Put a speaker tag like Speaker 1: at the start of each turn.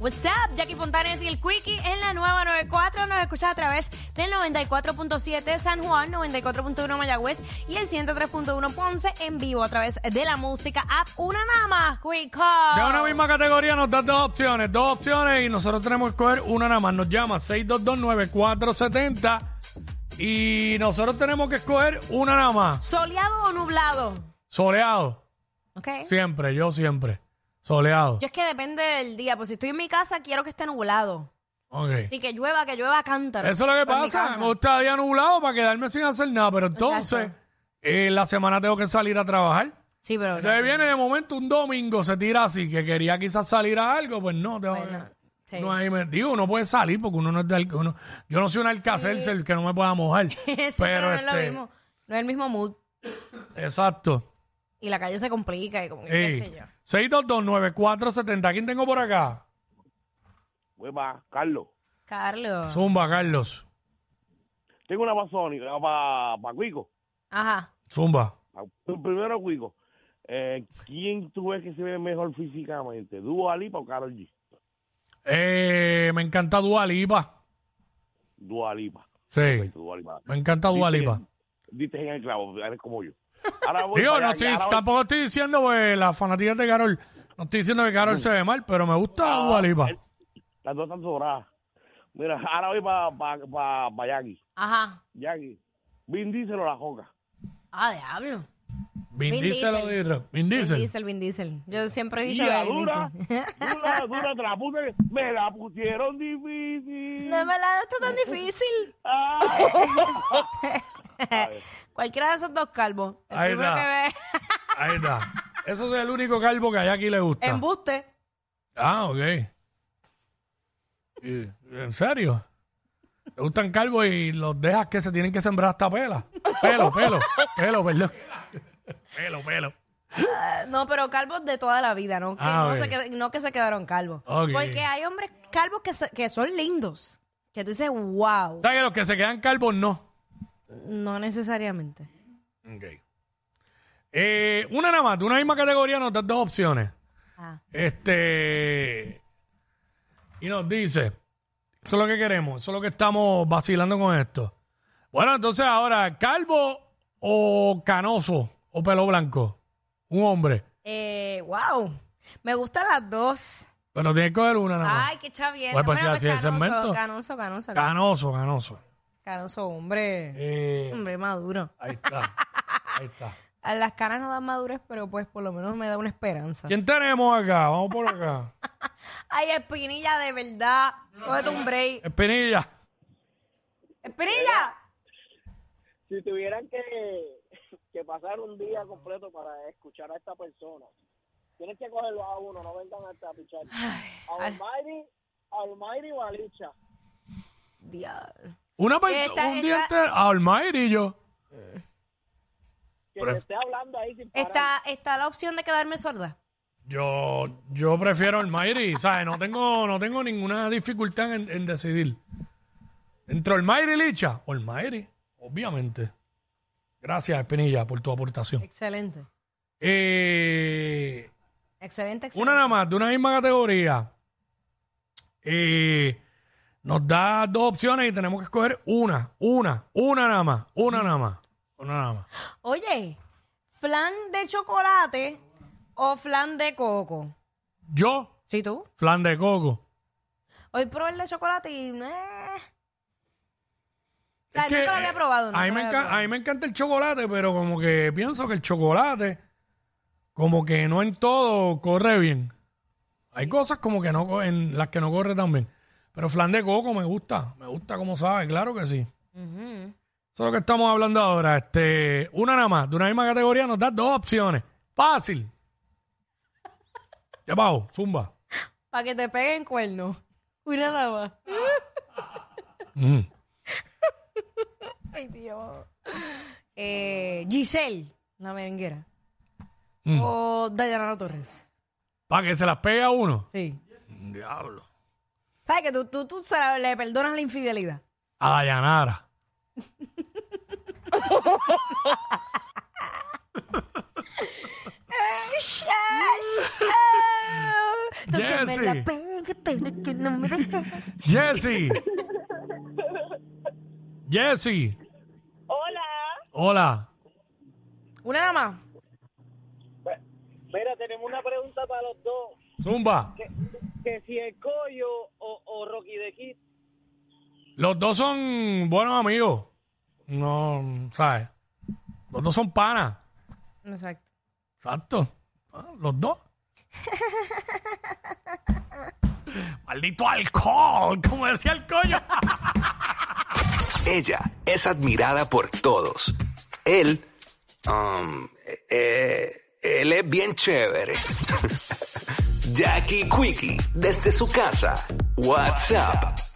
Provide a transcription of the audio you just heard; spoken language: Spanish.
Speaker 1: What's up? Jackie Fontanes y el Quickie en la nueva 94. Nos escuchas a través del 94.7 San Juan, 94.1 Mayagüez y el 103.1 Ponce en vivo a través de la música app. Una nada más, Quico.
Speaker 2: De una misma categoría nos das dos opciones, dos opciones y nosotros tenemos que coger una nada más. Nos llama 6229470 y nosotros tenemos que escoger una nada más.
Speaker 1: ¿Soleado o nublado?
Speaker 2: Soleado,
Speaker 1: ¿Ok?
Speaker 2: siempre, yo siempre. Soleado.
Speaker 1: Yo es que depende del día. Pues si estoy en mi casa, quiero que esté nublado.
Speaker 2: Ok.
Speaker 1: Y que llueva, que llueva cántaro.
Speaker 2: Eso es lo que
Speaker 1: por Pues mi
Speaker 2: pasa.
Speaker 1: casa.
Speaker 2: Me gusta día nublado para quedarme sin hacer nada, pero entonces
Speaker 1: Exacto.
Speaker 2: eh, la semana tengo que salir a trabajar.
Speaker 1: Sí, pero.
Speaker 2: Entonces viene de momento un domingo, se tira así, que quería quizás salir a algo, pues no, tengo
Speaker 1: Bueno,
Speaker 2: que-
Speaker 1: sí.
Speaker 2: No, ahí me, digo, uno puede salir porque uno no es de al- uno, Yo no soy un alcacelcer que no me pueda mojar.
Speaker 1: Sí, pero, no es lo
Speaker 2: este,
Speaker 1: mismo. No es el mismo mood.
Speaker 2: Exacto.
Speaker 1: Y la calle se complica y como que qué sé
Speaker 2: Ey,
Speaker 1: yo.
Speaker 2: 6229470. ¿Quién tengo por acá?
Speaker 3: Hueva, Carlos.
Speaker 1: Carlos.
Speaker 2: Zumba, Carlos.
Speaker 3: Tengo una amazónica para pa Cuico.
Speaker 1: Ajá.
Speaker 2: Zumba.
Speaker 3: Pa- primero, Cuico. Eh, ¿Quién tú ves que se ve mejor físicamente? ¿Dúo Alipa o Karol G?
Speaker 2: Eh, me encanta Dualipa.
Speaker 3: Dua Lipa.
Speaker 2: Sí.
Speaker 3: Dua Lipa.
Speaker 2: Me encanta Dualipa.
Speaker 3: Diste en el clavo, eres como yo. Ahora voy
Speaker 2: Digo,
Speaker 3: para
Speaker 2: no
Speaker 3: allá,
Speaker 2: estoy,
Speaker 3: ahora voy-
Speaker 2: tampoco estoy diciendo pues, las fanáticas de Carol. No estoy diciendo que
Speaker 3: Uh.
Speaker 2: Carol se ve mal, pero me gusta
Speaker 3: Ah,
Speaker 2: Dualipa.
Speaker 3: Las dos están sobradas. Mira, ahora voy para pa, pa, pa Yagi.
Speaker 1: Ajá.
Speaker 3: Yagi. Vin Diesel o la joca.
Speaker 1: Ah, diablo.
Speaker 2: Vin
Speaker 1: Vin
Speaker 2: Diesel o
Speaker 1: Diesel.
Speaker 2: Diesel.
Speaker 1: Vin
Speaker 2: Vin Diesel.
Speaker 1: Diesel, Vin Diesel. Yo siempre he dicho
Speaker 3: Mira,
Speaker 1: Vin
Speaker 3: dura,
Speaker 1: Diesel.
Speaker 3: dura, dura, te la puse, me la pusieron difícil.
Speaker 1: No es verdad, esto es tan difícil.
Speaker 3: Ah.
Speaker 1: Cualquiera de esos dos calvos. El
Speaker 2: Ahí
Speaker 1: primero
Speaker 2: está.
Speaker 1: que
Speaker 2: Ahí está. Eso es el único calvo que hay aquí le gusta.
Speaker 1: ve. Embuste.
Speaker 2: Ah, ok. Y- ¿En serio? ¿Te gustan calvos y los dejas que se tienen que sembrar hasta pela? Pelo, pelo, pelo, perdón. Pelo, pelo.
Speaker 1: Ah, No, pero calvos de toda la vida, ¿no? Que,
Speaker 2: Ah,
Speaker 1: no,
Speaker 2: ok.
Speaker 1: se qued- no que se quedaron calvos.
Speaker 2: Ok.
Speaker 1: Porque hay hombres calvos que, se- que son lindos. Que tú dices, wow.
Speaker 2: ¿Sabes que los que se quedan calvos no?
Speaker 1: No necesariamente.
Speaker 2: Ok. Eh, una nada más, de una misma categoría nos das dos opciones.
Speaker 1: Ah.
Speaker 2: Este. Y nos dice: Eso es lo que queremos, eso es lo que estamos vacilando con esto. Bueno, entonces ahora, calvo o canoso o pelo blanco. Un hombre.
Speaker 1: Eh, wow. Me gustan las dos.
Speaker 2: Pero tiene que coger una nada más.
Speaker 1: Ay, qué chavienda.
Speaker 2: Bueno, pues,
Speaker 1: Bueno,
Speaker 2: si así es el
Speaker 1: canoso,
Speaker 2: segmento.
Speaker 1: Canoso, canoso, canoso.
Speaker 2: Canoso, canoso.
Speaker 1: Canoso, hombre.
Speaker 2: Eh,
Speaker 1: Hombre maduro.
Speaker 2: ahí está. Ahí está.
Speaker 1: A Las caras no dan madurez, pero pues por lo menos me da una esperanza.
Speaker 2: ¿Quién tenemos acá? Vamos por acá.
Speaker 1: Ay, Espinilla, de verdad. Cógete un break.
Speaker 2: Espinilla.
Speaker 1: ¡Espinilla!
Speaker 4: si tuvieran que, que pasar un día completo para escuchar a esta persona, tienen que cogerlo a uno, no vengan hasta a pichar. A Almighty, Almighty o Alicia.
Speaker 1: Diablo.
Speaker 2: Una
Speaker 1: Esta-
Speaker 2: persona. Un día
Speaker 1: esta-
Speaker 2: entero. Almighty y yo.
Speaker 4: Que
Speaker 2: Pero-
Speaker 4: te esté hablando ahí sin parar.
Speaker 1: Está, está la opción de quedarme sorda.
Speaker 2: Yo, yo prefiero Almighty, ¿sabes? No tengo, no tengo ninguna dificultad en, en decidir. Entre Almighty y Licha, Almighty, obviamente. Gracias, Espinilla, por tu aportación.
Speaker 1: Excelente.
Speaker 2: Eh,
Speaker 1: Excelente, excelente.
Speaker 2: una nada más, de una misma categoría. Eh, nos da dos opciones y tenemos que escoger una, una, una nada más, una nada más, una nada más.
Speaker 1: Oye, flan de chocolate o flan de coco.
Speaker 2: Yo,
Speaker 1: ¿Sí tú?
Speaker 2: flan de coco.
Speaker 1: Hoy probé el de chocolate y... eh.
Speaker 2: Es
Speaker 1: Ay, nunca lo había probado,
Speaker 2: eh, A mí,
Speaker 1: nunca
Speaker 2: me
Speaker 1: lo había
Speaker 2: encan-
Speaker 1: probado.
Speaker 2: a mí me encanta el chocolate, pero como que pienso que el chocolate, como que no en todo corre bien. Hay cosas como que no co- en las que no corre tan bien. Pero flan de coco me gusta, me gusta como sabe, claro que sí.
Speaker 1: Ujú.
Speaker 2: Eso es lo que estamos hablando ahora. Este, una nada más, de una misma categoría nos da dos opciones. Fácil. Ya bajo, zumba.
Speaker 1: Para que te peguen cuernos. Una nada más.
Speaker 2: Mm.
Speaker 1: Ay, Dios. Eh, Giselle, la merenguera.
Speaker 2: Mm.
Speaker 1: O Dayanara Torres.
Speaker 2: Para que se las pegue a uno.
Speaker 1: Sí.
Speaker 2: Diablo.
Speaker 1: ¿Sabes que tú, tú, tú se la- le perdonas la infidelidad?
Speaker 2: A Dayanara.
Speaker 1: Tócame
Speaker 2: Jessy.
Speaker 1: la pena, pena que no me dejes.
Speaker 2: Jessy. Jessy. Hola. Hola.
Speaker 1: Una nada más.
Speaker 3: Mira, tenemos una pregunta para los dos.
Speaker 2: Zumba.
Speaker 3: Que, que si el Coyo o, o Rocky de Kid.
Speaker 2: Los dos son buenos amigos. No, ¿sabes? Los dos son panas.
Speaker 1: Exacto.
Speaker 2: Exacto. Ah, Los dos. Maldito alcohol, como decía el coño.
Speaker 5: Ella es admirada por todos. Él, um, eh, él es bien chévere. Jackie Quickie, desde su casa. What's up?